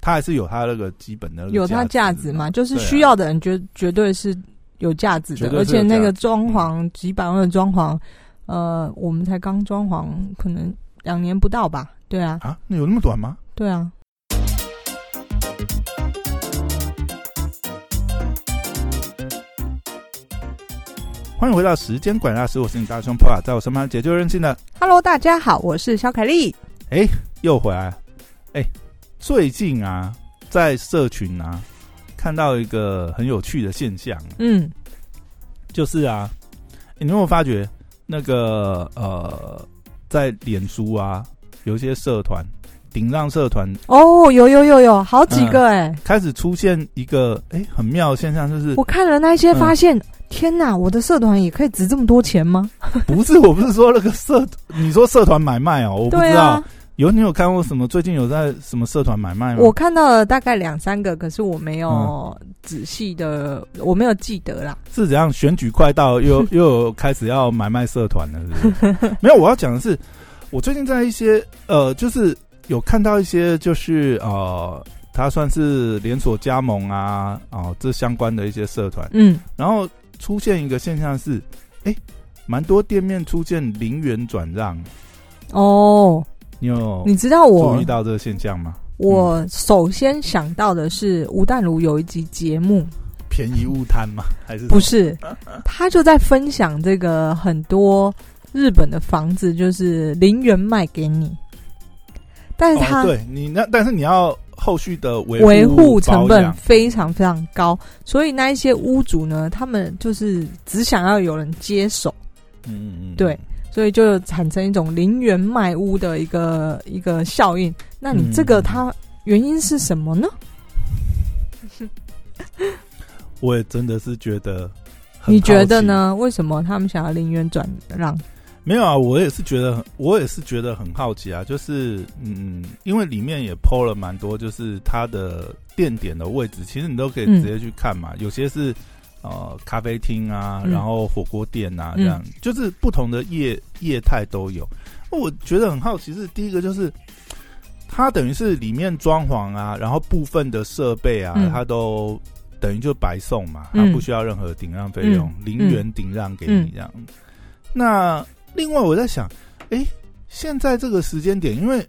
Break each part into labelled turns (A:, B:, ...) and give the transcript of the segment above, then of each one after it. A: 它还是有它那个基本的那个
B: 有它
A: 价
B: 价
A: 值
B: 值
A: 嘛
B: 嘛？就是
A: 对啊
B: 需要的人绝绝对是有价值
A: 绝
B: 的，
A: 对
B: 而
A: 是有
B: 且那
A: 价
B: 个
A: 值嗯
B: 装潢几百万的装潢，呃，我们才刚装潢，可能两年不到吧？对啊，
A: 啊？那有那么短吗？
B: 对啊。
A: 欢迎回到时间管大师，我是你大胸 Pro，在我身旁解救任性的
B: Hello，大家好，我是小凯丽。
A: 又回来了。哎，最近啊，在社群啊，看到一个很有趣的现象，
B: 嗯，
A: 就是啊，你有没有发觉那个呃，在脸书啊，有一些社团顶让社团
B: 哦，有有有有，好几
A: 嗯
B: 个哎、
A: 开始出现一个哎很妙的现象，就是
B: 我看了那些，
A: 嗯
B: 发现、天哪，我的社团也可以值这么多钱吗？
A: 不是我不是说那个社，你说社团买卖哦，我不
B: 对
A: 知道嗯
B: 啊，，
A: 有你有看过什么？最近有在什么社团买卖吗？
B: 我看到了大概两三个，可是我没有
A: 嗯
B: 仔细的，我没有记得啦。
A: 是怎样选举快到 又又有开始要买卖社团了？是不是？ 没有，我要讲的是，我最近在一些呃，就是有看到一些就是呃，它算是连锁加盟啊，哦、这相关的一些社团，
B: 嗯，
A: 然后出现一个现象是，哎、蛮多店面出现零元转让，
B: 哦，
A: 你有
B: 你知道
A: 注
B: 我
A: 意到这个现象吗？
B: 我首先想到的是吴淡如有一集节目，
A: 嗯便宜物摊吗？还是什么
B: 不？是，他就在分享这个很多日本的房子，就是零元卖给你，但是
A: 哦、
B: 他
A: 对你那，但是你要后续的维
B: 维
A: 护
B: 护成
A: 保
B: 本
A: 养
B: 非常非常高，所以那一些屋主呢，他们就是只想要有人接手，
A: 嗯嗯嗯，
B: 对所以就产生一种零元卖屋的一个一个效应。那你这个
A: 嗯
B: 它原因是什么呢？
A: 我也真的是觉得，
B: 你觉得？呢？为什么他们想要零元转让？
A: 没有啊，我也是觉得，我也是觉得很好奇啊。就是嗯，因为里面也剖了蛮多，就是它的店点的位置，其实你都可以直接去看嘛。有些是呃咖啡厅啊，
B: 嗯
A: 然后火锅店啊，
B: 嗯
A: 这样就是不同的业业态都有。我觉得很好奇是第一个就是。它等于是里面装潢啊，然后部分的设备啊，
B: 嗯
A: 它都等于就白送嘛，它
B: 嗯
A: 不需要任何顶让费用，零元顶让给你这样。那另外我在想，哎、现在这个时间点，因为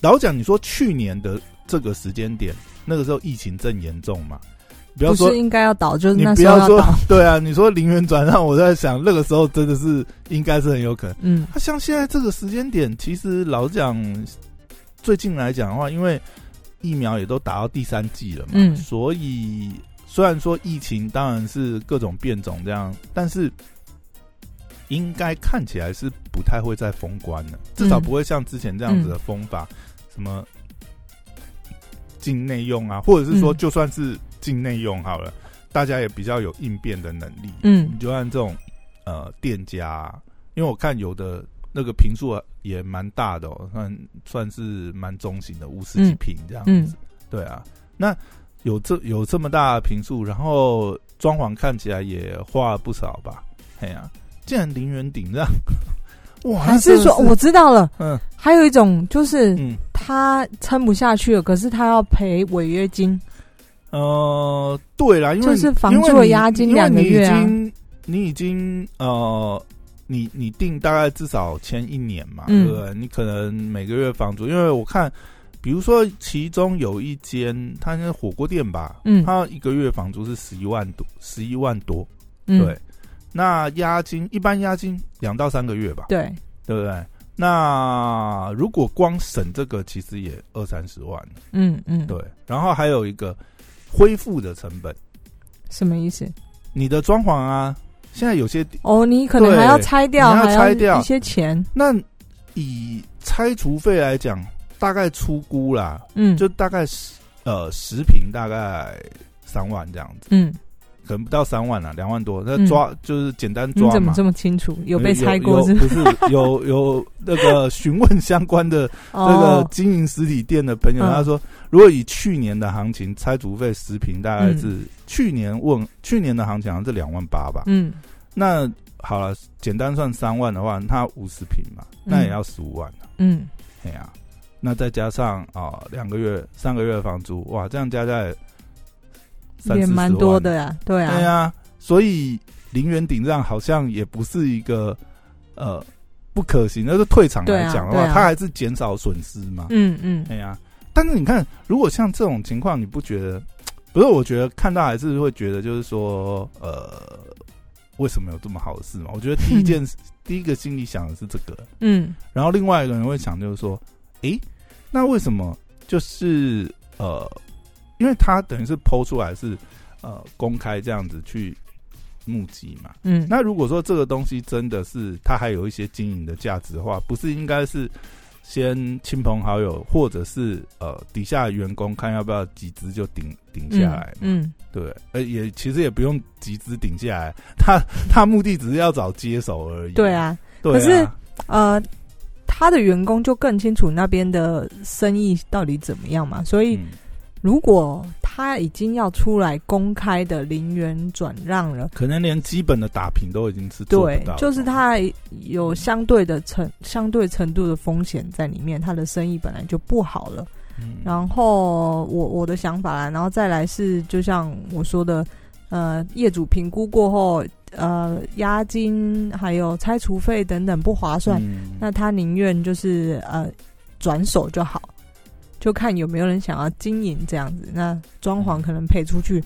A: 老实讲，你说去年的这个时间点，那个时候疫情正严重嘛，不要
B: 不
A: 说
B: 是应该要倒，就是
A: 你
B: 那
A: 不
B: 时候
A: 要
B: 要
A: 说
B: 倒。
A: 对啊，你说零元转让，我在想那个时候真的是应该是很有可能。
B: 嗯
A: 它像现在这个时间点，其实老实讲，最近来讲的话，因为疫苗也都打到第三季了嘛，
B: 嗯
A: 所以虽然说疫情当然是各种变种这样，但是应该看起来是不太会再封关了，至少
B: 嗯
A: 不会像之前这样子的封法，什么境内用啊，或者是说
B: 嗯
A: 就算是境内用好了，大家也比较有应变的能力。
B: 嗯
A: 你就按这种呃店家啊、因为我看有的那个平数啊也蛮大的哦，算算是蛮中型的，五十几
B: 嗯
A: 平这样子。
B: 嗯
A: 对啊，那有这有这么大的平数，然后装潢看起来也花了不少吧？哎呀、竟然零元顶让， 哇！
B: 还
A: 那真
B: 是
A: 的
B: 说我知道了，
A: 嗯
B: 还有一种就是
A: 嗯
B: 他撑不下去了，可是他要赔违约金。
A: 呃，对啦，因为
B: 就是
A: 你
B: 房
A: 因为
B: 租的
A: 你
B: 押金
A: 因为
B: 两个
A: 你已
B: 月啊
A: 经你已经呃，你你定大概至少签一年嘛，
B: 嗯
A: 对不对？你可能每个月房租，因为我看，比如说其中有一间，它是火锅店吧，
B: 嗯
A: 它一个月房租是十一万多，十一万多，
B: 嗯，
A: 对。那押金一般押金两到三个月吧，
B: 对，
A: 对不对？那如果光省这个，其实也二三十万，
B: 嗯嗯，
A: 对。然后还有一个恢复的成本。
B: 什么意思？
A: 你的装潢啊，现在有些地
B: 哦，你可能
A: 对
B: 还要拆掉，
A: 你要
B: 还
A: 拆掉
B: 一些钱。
A: 那以拆除费来讲，大概出估啦，
B: 嗯，
A: 就大概十呃十平大概三万这样子，
B: 嗯，
A: 可能不到三万啦，两万多。那
B: 嗯
A: 抓、就是简单
B: 你
A: 抓
B: 怎么
A: 嘛。
B: 这么清楚？有被拆过
A: 有
B: 是
A: 有
B: 不
A: 不是有有那个询问相关的这个
B: 哦，
A: 经营实体店的朋友，
B: 嗯
A: 他说，如果以去年的行情，拆除费十平大
B: 嗯
A: 概是、去年问去年的行情好像是两万八吧，
B: 嗯
A: 那好了，简单算三万的话，那五十平嘛，那也要十五万啊
B: 嗯
A: 哎呀、那再加上啊两、个月、三个月的房租，哇，这样加在三
B: 也
A: 四十
B: 蛮
A: 万
B: 多的呀，对啊，
A: 对呀、所以零元顶让好像也不是一个呃不可行。那是退场来讲的话，
B: 对啊对啊
A: 它还是减少损失嘛。
B: 嗯嗯，
A: 哎呀、但是你看，如果像这种情况，你不觉得？不是，我觉得看到还是会觉得，就是说，呃，为什么有这么好的事嘛？我觉得第一件事，第一个心里想的是这个，
B: 嗯，
A: 然后另外一个人会想，就是说，诶、那为什么就是呃，因为他等于是剖出来是呃公开这样子去募集嘛。
B: 嗯，
A: 那如果说这个东西真的是它还有一些经营的价值的话，不是应该是先亲朋好友或者是呃底下员工看要不要集资就顶顶下来嘛？
B: 嗯，
A: 对，呃也其实也不用集资顶下来，他他目的只是要找接手而已。
B: 嗯对，啊，
A: 对啊，
B: 可是呃，他的员工就更清楚那边的生意到底怎么样嘛，所以
A: 嗯
B: 如果他已经要出来公开的零元转让了。
A: 可能连基本的打平都已经是做
B: 对
A: 不到，的，
B: 就是他有相对的程相对程度的风险在里面，他的生意本来就不好了。
A: 嗯，
B: 然后我我的想法啦，然后再来是就像我说的，呃，业主评估过后，呃，押金还有拆除费等等不划算，
A: 嗯
B: 那他宁愿就是呃转手就好，就看有没有人想要经营这样子。那装潢可能赔出去，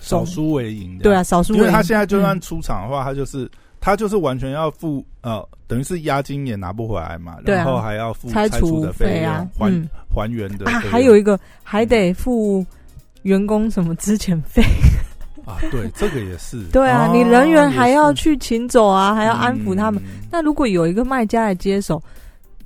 A: 少输为赢，
B: 对啊，，少数
A: 因为
B: 人
A: 他现在就算出场的话，他就是他就是完全要付呃，等于是押金也拿不回来嘛，
B: 对啊
A: 然后还要付
B: 拆
A: 除
B: 除
A: 的费用，
B: 啊，
A: 还、
B: 嗯
A: 还原的
B: 啊，
A: 费用
B: 还有一个还得付员工什么资遣费。
A: 啊，对，这个也是，
B: 对啊，
A: 哦
B: 你人员还要
A: 也是
B: 去请走啊，还要安抚他们。
A: 嗯
B: 那如果有一个卖家来接手，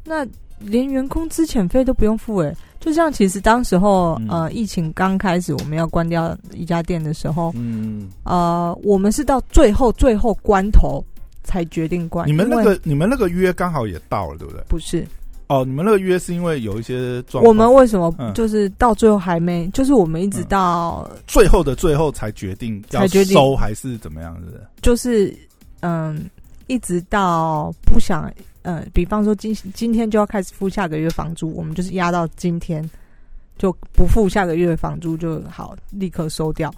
B: 那连员工资遣费都不用付诶、哎就像其实当时候、
A: 嗯
B: 呃，疫情刚开始，我们要关掉一家店的时候，
A: 嗯，
B: 呃，我们是到最后最后关头才决定关。
A: 你们那
B: 因为
A: 个你们那个约刚好也到了，对不对？
B: 不是
A: 哦，你们那个约是因为有一些状况，
B: 我们为什么
A: 嗯
B: 就是到最后还没，就是我们一直
A: 嗯
B: 到、
A: 最后的最后才决定要
B: 才决定
A: 收还是怎么样，是不是？
B: 就是嗯，一直到不想呃，比方说今今天就要开始付下个月房租，我们就是压到今天就不付下个月房租就好，立刻收掉。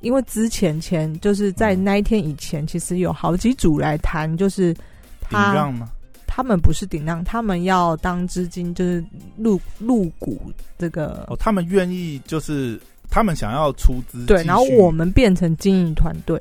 B: 因为之前前就是在
A: 嗯
B: 那一天以前，其实有好几组来谈，就是
A: 顶
B: 他
A: 让吗？
B: 他们不是顶让，他们要当资金，就是入入股这个
A: 哦，他们愿意就是他们想要出资继续，
B: 对，然后我们变成经营团队，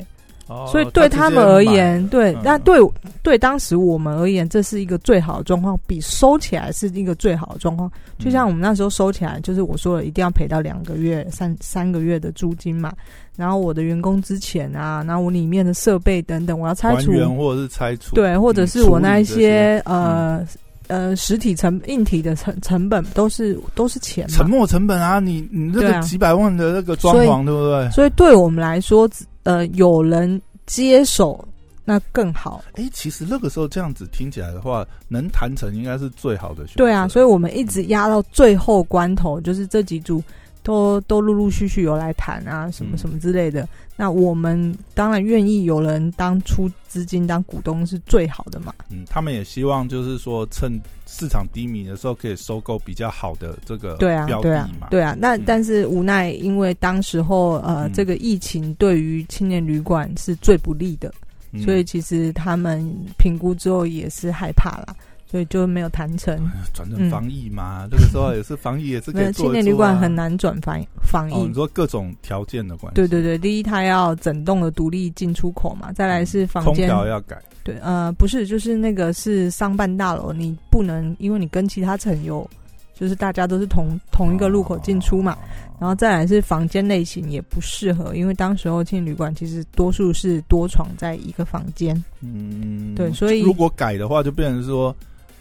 A: 哦，
B: 所以对
A: 他
B: 他
A: 直接
B: 们而
A: 买
B: 言，对，
A: 嗯
B: 那对对当时我们而言，这是一个最好的状况，比收起来是一个最好的状
A: 嗯
B: 况。就像我们那时候收起来，就是我说了，一定要赔到两个月、三三个月的租金嘛。然后我的员工之前啊，然后我里面的设备等等，我要拆
A: 还
B: 除，
A: 原或者是拆除，
B: 对，或者
A: 嗯
B: 是
A: 处
B: 我那
A: 理
B: 一
A: 这嗯
B: 些呃呃实体成硬体的成成本都是都是钱嘛
A: 沉。没成本啊，你你那
B: 对
A: 个
B: 啊
A: 几百万的那个装
B: 所以
A: 潢，对不对？
B: 所以对我们来说，呃，有人接手那更好。
A: 哎，其实那个时候这样子听起来的话，能谈成应该是最好的选择。
B: 对啊，所
A: 以
B: 以我们一直压到最后关头，就是这几组都都陆陆续续有来谈啊，什么
A: 嗯
B: 什么之类的。那我们当然愿意有人当出资金当股东是最好的嘛。
A: 嗯，他们也希望就是说，趁市场低迷的时候，可以收购比较好的这个
B: 对啊
A: 标，
B: 对
A: 的
B: 啊
A: 嘛，。
B: 对啊。那
A: 嗯
B: 但是无奈，因为当时候呃，
A: 嗯
B: 这个疫情对于青年旅馆是最不利的，
A: 嗯
B: 所以其实他们评估之后也是害怕啦。所以就没有谈成，
A: 哎转成
B: 嗯
A: 防疫嘛，那个时候也是防疫，也是可
B: 那
A: 以做
B: 青
A: 一
B: 年旅
A: 做
B: 馆
A: 啊
B: 很。难转防防
A: 哦，
B: 疫
A: 你，说各种条件的关系，
B: 对对对，第一，它要整栋的独立进出口嘛，再来是房
A: 嗯空
B: 间，
A: 调要改，
B: 对，呃，不是，就是那个是商办大楼，你不能因为你跟其他层有，就是大家都是同同一个入口进出嘛，
A: 哦
B: 然后再来是房间类型也不适合，因为当时候青旅馆其实多数是多床在一个房间，
A: 嗯，
B: 对所以
A: 如果改的话，就变成说，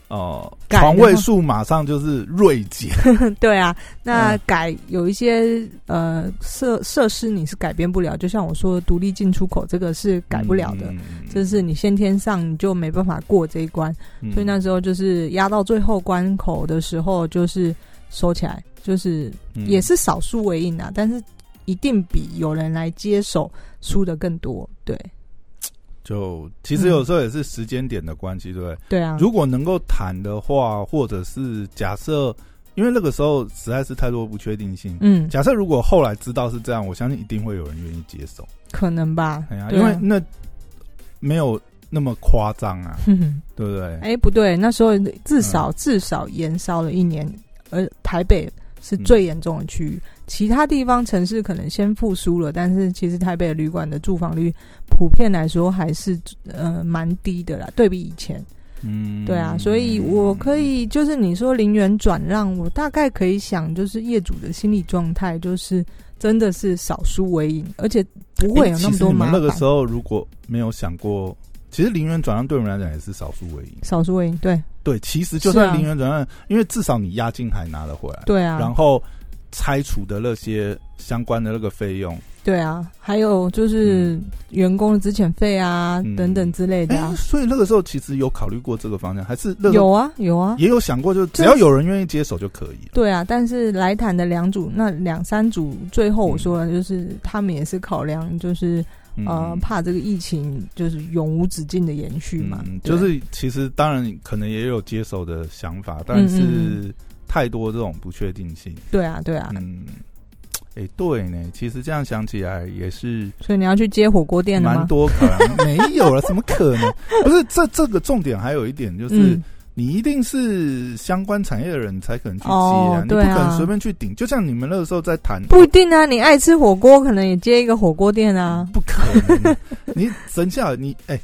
A: 哦、
B: 改的话
A: 床位数马上就是锐减，
B: 对啊，那
A: 嗯
B: 改有一些呃设设施你是改变不了，就像我说的独立进出口这个是 改不了的。
A: 嗯，
B: 这是你先天上你就没办法过这一关，
A: 嗯
B: 所以那时候就是压到最后关口的时候，就是收起来，就是
A: 嗯
B: 也是少数为赢啊，但是一定比有人来接手输的更多。对，
A: 就其实有时候也是时间点的关系，对不对？
B: 对啊，
A: 如果能够谈的话，或者是假设，因为那个时候实在是太多不确定性。
B: 嗯，
A: 假设如果后来知道是这样，我相信一定会有人愿意接受。
B: 可能吧
A: 哎呀，，
B: 对
A: 因
B: 啊
A: 为那没有那么夸张啊，
B: 哼哼
A: 对不对？
B: 哎、不对，那时候至少、
A: 嗯
B: 至少延烧了一年，而台北是
A: 嗯
B: 最严重的区域，其他地方城市可能先复苏了，但是其实台北的旅馆的住房率普遍来说还是呃蛮低的啦，对比以前，
A: 嗯，
B: 对啊，所以我可以就是你说零元转让，我大概可以想，就是业主的心理状态就是真的是少输为赢，而且不
A: 哎
B: 会有那
A: 其
B: 么
A: 实
B: 多
A: 你们
B: 麻
A: 那个
B: 烦
A: 时，候如果没有想过，其实零元转让对我们来讲也是少数为赢。
B: 少输为赢，对
A: 对，其实就是
B: 啊
A: 算零元转让，因为至少你押金还拿了回来，
B: 对啊，
A: 然后拆除的那些相关的那个费用，
B: 对啊，还有就是员工的资遣费啊、
A: 嗯
B: 等等之类的、
A: 哎、
B: 啊
A: 所以那个时候其实有考虑过这个方向，还是那个
B: 有啊有啊，
A: 也有想过，就只
B: 这
A: 要有人愿意接手就可以了。
B: 对啊。但是来谈的两组，那两三组，最后我说了，就是、他们也是考量，就是、
A: 嗯
B: 呃，怕这个疫情就是永无止境的延续嘛，
A: 嗯，
B: 对
A: 就是其实当然可能也有接手的想法，但
B: 嗯
A: 是太多这种不确定性。
B: 对啊对啊。
A: 嗯，哎、对呢，其实这样想起来也是
B: 所以你要去接火锅店了
A: 蛮
B: 吗？
A: 多可 能没有了，怎么可能？不是这这个重点还有一点就是。
B: 嗯，
A: 你一定是相关产业的人，你才可能去接啊，
B: 哦
A: 你不
B: 对
A: 可
B: 啊
A: 能随便去顶。就像你们那个时候在谈，
B: 不一定啊。你爱吃火锅，可能也接一个火锅店啊。
A: 不可能。 你等一下，你哎、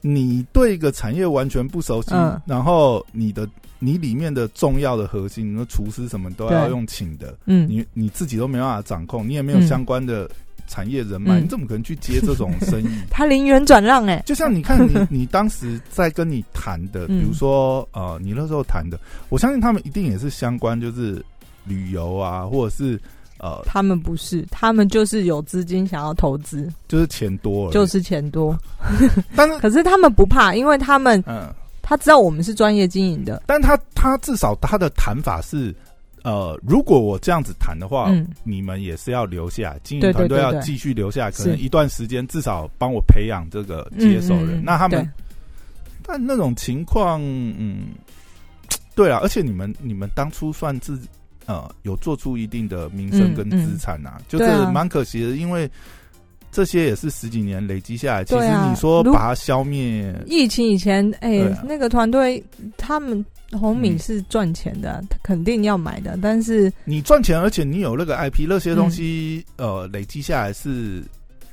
A: 你对一个产业完全不熟悉，
B: 嗯
A: 然后你的你里面的重要的核心，你说厨师什么都要
B: 对
A: 用请的，
B: 嗯，
A: 你你自己都没办法掌控，你也没有
B: 嗯
A: 相关的产业人脉，
B: 嗯
A: 你怎么可能去接这种生 意？
B: 他零元转让哎、
A: 就像你看你，你当时在跟你谈的，
B: 嗯
A: 比如说呃，你那时候谈的，我相信他们一定也是相关，就是旅游啊，或者是呃，
B: 他们不是，他们就是有资金想要投资，
A: 就是钱多而已。
B: 就，是钱多。
A: 但是
B: 可是他们不怕，因为他们
A: 嗯，
B: 他知道我们是专业经营的。
A: 但他他至少他的谈法是，呃，如果我这样子谈的话，
B: 嗯，
A: 你们也是要留下，经营
B: 对
A: 团队
B: 对
A: 要
B: 对
A: 继续留下，可
B: 是
A: 能一段时间至少帮我培养这个接手人。
B: 嗯嗯嗯
A: 那他们
B: 对，
A: 但那种情况，嗯，对啊，而且你们你们当初算是呃有做出一定的名声
B: 嗯
A: 跟
B: 嗯
A: 资产啊，就是
B: 对啊
A: 蛮可惜的，因为这些也是十几年累积下来，其
B: 对
A: 实
B: 啊
A: 你说
B: 如
A: 把它消灭，
B: 疫情以前，哎、
A: 对啊
B: 那个团队他们红米
A: 嗯
B: 是赚钱的，他肯定要买的，但是
A: 你赚钱，而且你有那个 IP 那些东西，
B: 嗯
A: 呃，累积下来是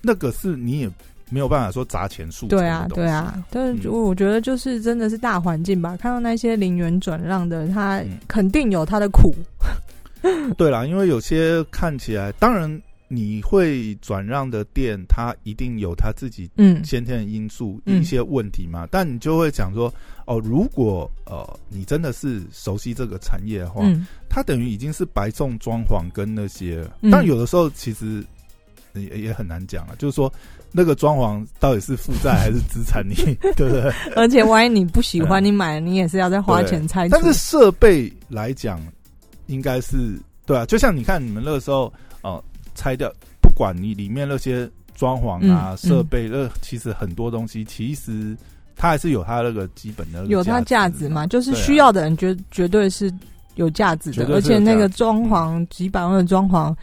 A: 那个是你也没有办法说砸钱数
B: 对啊，对，啊，但是
A: 嗯
B: 我觉得就是真的是大环境吧。看到那些零元转让的，他
A: 嗯
B: 肯定有他的苦，
A: 对啦，因为有些看起来，当然你会转让的店，它一定有它自己
B: 嗯，
A: 先天的因素、
B: 嗯
A: 一些问题嘛，但你就会讲说，哦，如果呃你真的是熟悉这个产业的话，
B: 嗯，
A: 它等于已经是白送装潢跟那些，
B: 嗯
A: 但有的时候其实也也很难讲了，啊就是说那个装潢到底是负债还是资产你， 对不对？
B: 而且万一你不 喜
A: 嗯
B: 欢，你买了，你也是要再花
A: 对
B: 钱拆除
A: 但。是设备来讲，应该是对啊，就像你看你们那个时候哦、呃拆掉，不管你里面那些装潢啊、
B: 嗯
A: 设备，那其实很多东西其实它还是有它那个基本的那个
B: 有它
A: 价
B: 价
A: 值
B: 值
A: 嘛。
B: 嘛，就是
A: 对啊
B: 需要的人绝绝对是有价值
A: 绝
B: 的，
A: 对
B: 而
A: 是有
B: 且那个
A: 价
B: 装潢几百万的装潢，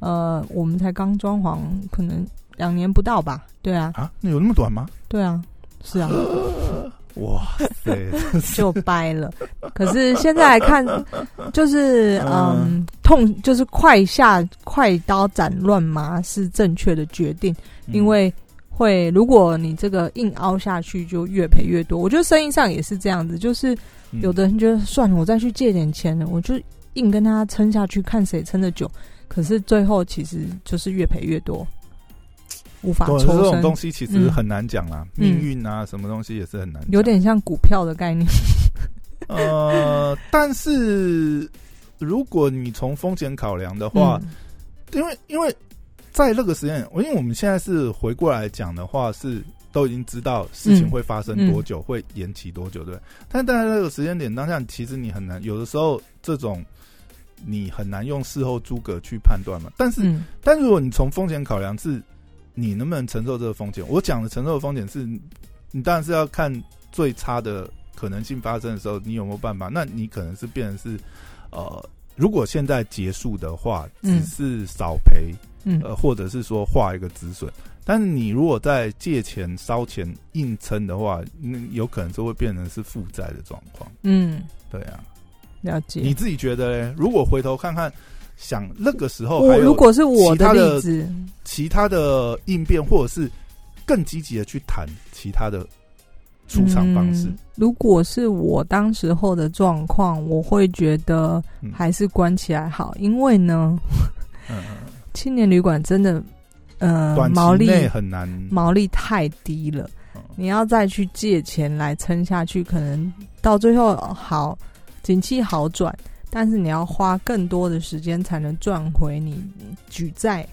B: 呃，我们才刚装潢，可能两年不到吧？对啊，
A: 啊，那有那么短 吗？
B: 对啊，是啊，
A: 哇塞！真是
B: 就掰了。可是现在来看，就是嗯
A: 嗯，
B: 痛就是快下快刀斩乱麻是正确的决定，
A: 嗯
B: 因为会如果你这个硬凹下去，就越赔越多。我觉得生意上也是这样子，就是。
A: 嗯
B: 有的人觉得算了，我再去借点钱，我就硬跟他撑下去，看谁撑得久。可是最后其实就是越赔越多，无法
A: 对，啊这
B: 抽
A: 种
B: 身
A: 东，西其实很难讲啦，
B: 嗯
A: 命运啊，什么东西也是很难讲。
B: 有点像股票的概念。
A: 呃，但是如果你从风险考量的话，
B: 嗯
A: 因为因为在那个时间，因为我们现在是回过来讲的话，是都已经知道事情
B: 嗯
A: 会发生多久，会延期多久，对不对。但在那个时间点当下，其实你很难，有的时候这种你很难用事后诸葛去判断嘛。但是
B: 嗯
A: 但如果你从风险考量是，你能不能承受这个风险？我讲的承受的风险是，你当然是要看最差的可能性发生的时候，你有没有办法？那你可能是变成是，呃，如果现在结束的话，只
B: 嗯
A: 是少赔，
B: 嗯
A: 呃，或者是说画一个止损。但是你如果在借钱烧钱硬撑的话，嗯，有可能是会变成是负债的状况。
B: 嗯，
A: 对啊，
B: 了
A: 你
B: 解。
A: 自己觉得嘞？如果回头看看，想那个时候还
B: 我
A: 有
B: 如果是我
A: 其他的
B: 例子，
A: 其他的应变，或者是更积极的去谈其他的出场方式。
B: 嗯如果是我当时候的状况，我会觉得
A: 嗯
B: 还是关起来好，因为呢，
A: 嗯，
B: 青年旅馆真的，呃，
A: 短
B: 毛
A: 期
B: 利
A: 内很难。
B: 毛利太低了，
A: 嗯
B: 你要再去借钱来撑下去，可能到最后好景气好转，但是你要花更多的时间才能赚回你举债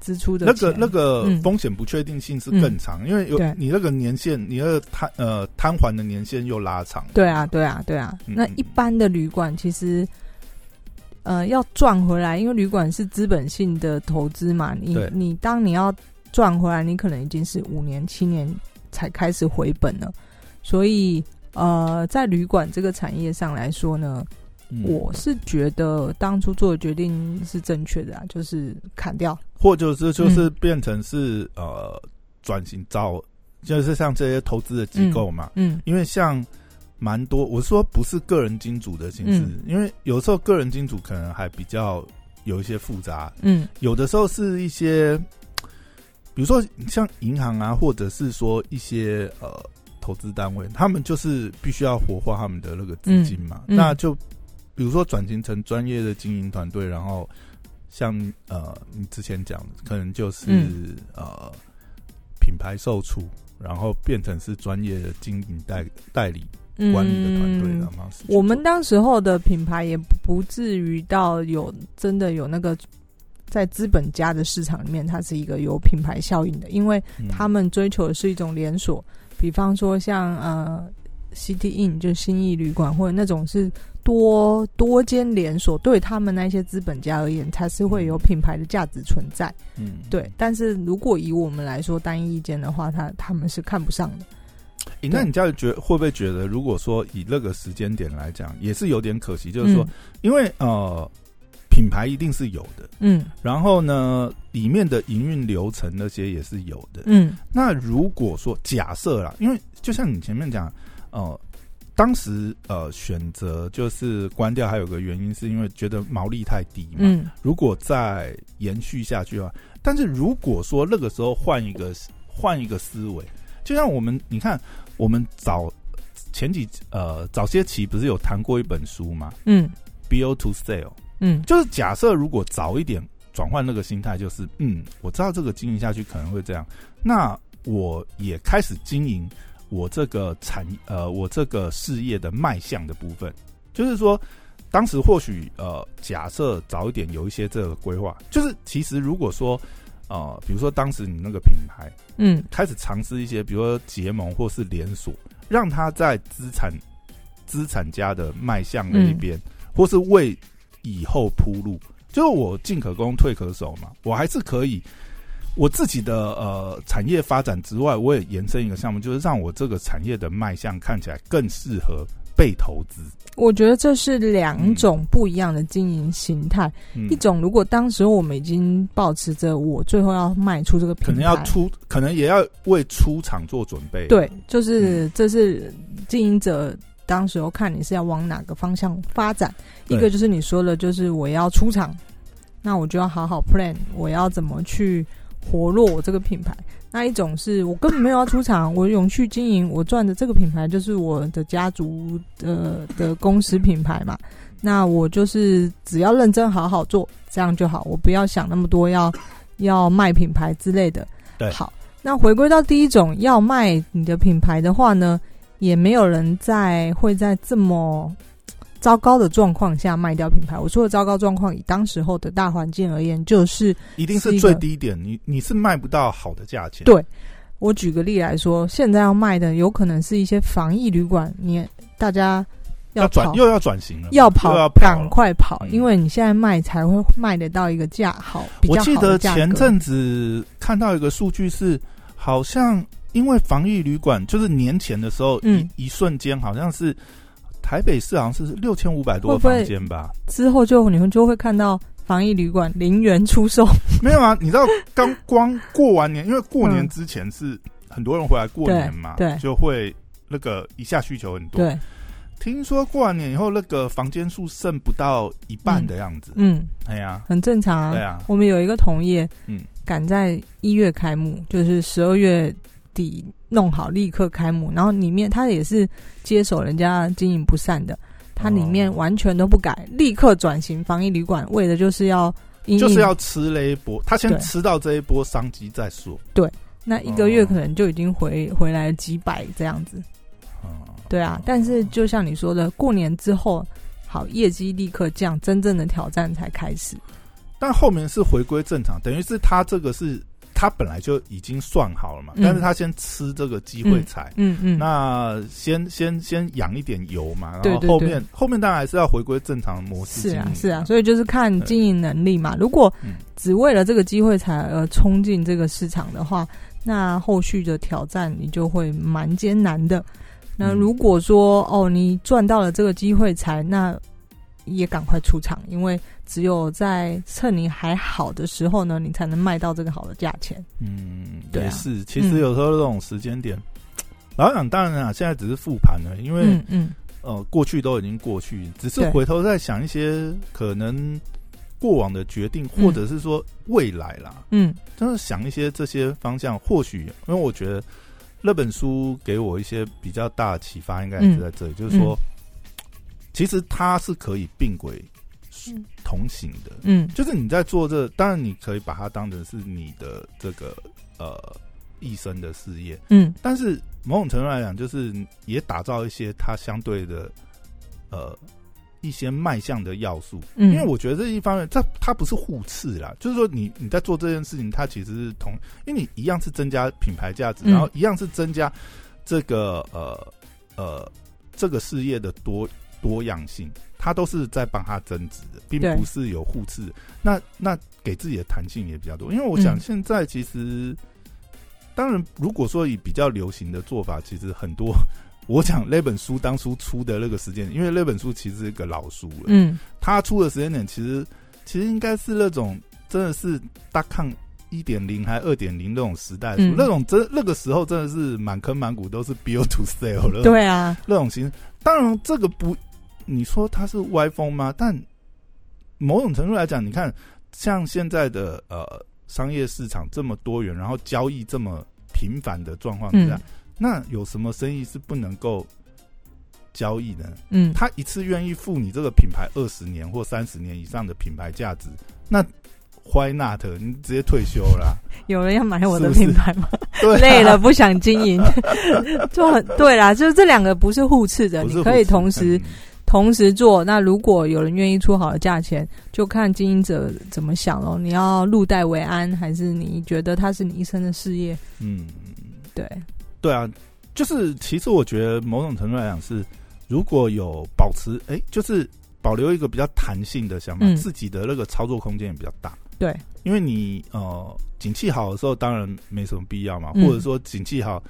B: 支出的
A: 那
B: 钱。
A: 个那个
B: 嗯
A: 风险不确定性是更长，因为有
B: 对
A: 你那个年限，你那个摊呃摊还的年限又拉长。
B: 对啊，对啊，对啊。
A: 嗯
B: 那一般的旅馆其实，呃，要赚回来，因为旅馆是资本性的投资嘛。你
A: 对
B: 你当你要赚回来，你可能已经是五年、七年才开始回本了。所以，呃，在旅馆这个产业上来说呢，
A: 嗯
B: 我是觉得当初做的决定是正确的啊，就是砍掉。
A: 或者是
B: 嗯
A: 就是变成是、呃转型招，就是像这些投资的机构嘛，
B: 嗯
A: 因为像蛮多，我说不是个人金主的形式，
B: 嗯
A: 因为有时候个人金主可能还比较有一些复杂，
B: 嗯
A: 有的时候是一些，比如说像银行啊，或者是说一些呃投资单位，他们就是必须要活化他们的那个资金嘛，
B: 嗯嗯
A: 那就比如说转型成专业的经营团队，然后像呃你之前讲的，可能就是、
B: 嗯
A: 呃品牌售出。然后变成是专业的经营代代理
B: 嗯，
A: 管理的团队，然后是去
B: 我们
A: 做
B: 当时候的品牌也不至于到有真的有那个在资本家的市场里面，它是一个有品牌效应的，因为
A: 嗯
B: 他们追求的是一种连锁，比方说像呃 City Inn 就是新意旅馆或者那种是多多间连锁，对他们那些资本家而言，才是会有品牌的价值存在。
A: 嗯
B: 对，但是如果以我们来说单一意见的话，他他们是看不上的。
A: 欸、
B: 对
A: 那你这样觉会不会觉得，如果说以那个时间点来讲，也是有点可惜，就是说，
B: 嗯
A: 因为呃，品牌一定是有的，
B: 嗯
A: 然后呢，里面的营运流程那些也是有的。
B: 嗯
A: 那如果说假设啦，因为就像你前面讲，呃，当时呃选择就是关掉，还有个原因是因为觉得毛利太低嘛。
B: 嗯
A: 如果再延续下去的话，但是如果说那个时候换一个换一个思维，就像我们你看，我们早前几呃早些期不是有谈过一本书嘛
B: 嗯
A: ，Build to Sell，
B: 嗯
A: 就是假设如果早一点转换那个心态，就是嗯，我知道这个经营下去可能会这样，那我也开始经营我这个产呃我这个事业的卖相的部分，就是说。当时或许呃，假设早一点有一些这个规划，就是其实如果说呃，比如说当时你那个品牌
B: 嗯
A: 开始尝试一些，比如说结盟或是连锁，让他在资产资产家的卖相那一边，或是为以后铺路。就是我进可攻，退可守嘛，我还是可以我自己的呃产业发展之外，我也延伸一个项目，就是让我这个产业的卖相看起来更适合被投资。
B: 我觉得这是两种不一样的经营形态。
A: 嗯
B: 一种，如果当时我们已经保持着我最后要卖出这个
A: 可
B: 品牌，
A: 能要出，可能也要为出场做准备。嗯
B: 对，就是这是经营者当时候看你是要往哪个方向发展。
A: 对
B: 一个就是你说的，就是我要出场，那我就要好好 plan，我要怎么去活络我这个品牌。那一种是我根本没有要出场，我永续经营，我赚的这个品牌就是我的家族的的公司品牌嘛。那我就是只要认真好好做，这样就好，我不要想那么多要要卖品牌之类的。
A: 对
B: 好，那回归到第一种，要卖你的品牌的话呢，也没有人在会在这么糟糕的状况下卖掉品牌。我说的糟糕状况，以当时候的大环境而言，就是
A: 一定
B: 是
A: 是
B: 一
A: 最
B: 个
A: 低点，你你是卖不到好的价钱。
B: 对我举个例来说，现在要卖的有可能是一些防疫旅馆，你大家
A: 要转
B: 跑
A: 又要转型了，又
B: 要
A: 要
B: 跑，
A: 跑
B: 赶
A: 了。
B: 快跑，
A: 嗯
B: 因为你现在卖才会卖得到一个价好，比
A: 我
B: 较
A: 记
B: 好
A: 得
B: 的价格。
A: 前阵子看到一个数据是，好像因为防疫旅馆，就是年前的时候，
B: 嗯
A: 一一瞬间好像是台北市好像是六千五百多
B: 会
A: 个
B: 不会
A: 房间吧？
B: 之后就你们就会看到防疫旅馆零元出售，
A: 没有啊，你知道刚 光过完年，因为过年
B: 嗯
A: 之前是很多人回来过年嘛，
B: 对对
A: 就会那个一下需求很多。
B: 对，
A: 听说过完年以后，那个房间数剩不到一半的样子。
B: 嗯，
A: 哎呀，
B: 很正常啊。
A: 对啊，
B: 我们有一个同业，
A: 嗯
B: 赶在一月开幕，就是十二月底弄好，立刻开幕。然后里面他也是接手人家经营不善的，他里面
A: 哦
B: 完全都不改，立刻转型防疫旅馆，为的就是要因应
A: 就是要吃那一波，他先
B: 嗯对
A: 吃到这一波商机再说。
B: 那一个月
A: 哦
B: 可能就已经回回来几百这样子。
A: 嗯
B: 对啊，但是就像你说的，过年之后，好业绩立刻降，真正的挑战才开始。
A: 但后面是回归正常，等于是他这个是他本来就已经算好了嘛，
B: 嗯
A: 但是他先吃这个机会财，
B: 嗯嗯，
A: 那先先先养一点油嘛，然
B: 对
A: 后
B: 对
A: 后
B: 对
A: 面后面当然还是要回归正常模式
B: 是
A: 经营
B: 啊
A: 嘛。
B: 是啊，所以就是看经营能力嘛。如果
A: 嗯
B: 只为了这个机会才而冲进这个市场的话，那后续的挑战你就会蛮艰难的。那
A: 嗯
B: 如果说哦，你赚到了这个机会才，那也赶快出场，因为只有在趁你还好的时候呢，你才能卖到这个好的价钱。
A: 嗯，
B: 对啊
A: 也是。其实有时候这种时间点，老实讲当然啊，现在只是复盘了，因为、
B: 嗯嗯，
A: 呃过去都已经过去，只是
B: 对
A: 回头再想一些可能过往的决定，
B: 嗯
A: 或者是说未来啦。
B: 嗯
A: 真的想一些这些方向，或许因为我觉得那本书给我一些比较大的启发，应该也
B: 嗯
A: 是在这里，就是说，其实它是可以并轨
B: 嗯
A: 同行的，
B: 嗯
A: 就是你在做这，当然你可以把它当成是你的这个呃一生的事业，
B: 嗯
A: 但是某种程度来讲，就是也打造一些它相对的呃一些卖相的要素，
B: 嗯，
A: 因为我觉得这一方面，它它不是互斥啦，就是说你你在做这件事情，它其实是同，因为你一样是增加品牌价值，
B: 嗯
A: 然后一样是增加这个呃呃这个事业的多多样性，它都是在帮它增值的，并
B: 对
A: 不是有互斥。那那给自己的弹性也比较多，因为我想
B: 嗯
A: 现在其实，当然如果说以比较流行的做法，其实很多。 我讲那本书当初出的那个时间，因为那本书其实是一个老书了，
B: 嗯
A: 他出的时间点其实其实应该是那种真的是大抗一点零还二点零那种时代的书，
B: 嗯
A: 那种真那个时候真的是满坑满谷都是 build to sell 了，
B: 对啊，
A: 那种形式。当然这个不，你说它是歪风吗？但某种程度来讲，你看像现在的呃商业市场这么多元，然后交易这么频繁的状况之下，
B: 嗯
A: 那有什么生意是不能够交易的呢？
B: 嗯
A: 他一次愿意付你这个品牌二十年或三十年以上的品牌价值，那 why not？你直接退休啦，
B: 有人要买我
A: 是
B: 的
A: 不是
B: 品牌吗？
A: 对 啊、
B: 累了，不想经 营，就很对啦。就是这两个不是互斥的，
A: 不是
B: 你
A: 互
B: 可以
A: 斥嗯
B: 同时、同时做。那如果有人愿意出好的价钱，就看经营者怎么想咯。你要入袋为安，还是你觉得它是你一生的事业？
A: 嗯，
B: 对，
A: 对啊，就是其实我觉得某种程度来讲是，如果有保持，哎、就是保留一个比较弹性的想法，
B: 嗯
A: 自己的那个操作空间也比较大。
B: 对，
A: 因为你呃，景气好的时候当然没什么必要嘛，
B: 嗯
A: 或者说景气好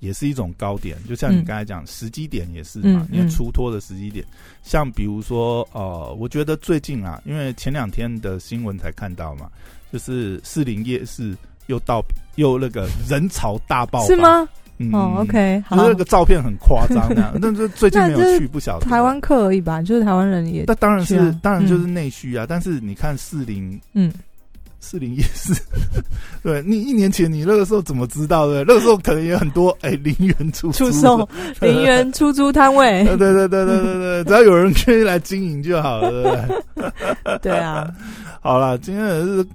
A: 也是一种高点，就像你
B: 嗯
A: 刚才讲时机点也是嘛
B: 嗯，
A: 你的
B: 嗯
A: 出脱的时机点，像比如说呃，我觉得最近啊，因为前两天的新闻才看到嘛，就是士林夜市又到又那个人潮大爆发，
B: 是？吗？
A: 嗯
B: 哦，OK，
A: 就
B: 好
A: 是，那个照片很夸张 啊，但是最近没
B: 那
A: 有
B: 这
A: 去，不晓得
B: 台湾客而已吧，就是台湾人也
A: 那当然
B: 去
A: 是
B: 啊，
A: 当然就是内需啊。但是你看四零，
B: 嗯，
A: 四零也是，对你一年前你那个时候怎么知道的？那个时候可能也很多哎零元出
B: 出
A: 售
B: 售， 零元出租 摊位
A: 对，对对对对对对，只要有人愿意来经营就好了。对不对
B: 对啊，
A: 好了，今天也是。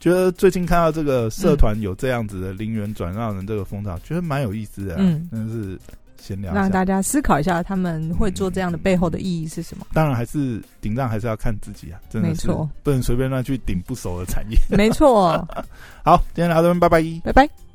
A: 觉得最近看到这个社团有这样子的零元转让的这个风潮，觉得蛮有意思的、啊，
B: 嗯
A: 真的是闲聊一
B: 让
A: 下。
B: 大家思考一下他们会做这样的背后的意义是什么。
A: 当然还是顶让还是要看自己啊，真的
B: 没
A: 是
B: 错
A: 不能随便乱去顶不熟的产业。
B: 没错，
A: 好，今天聊到这边，拜拜。
B: 拜拜。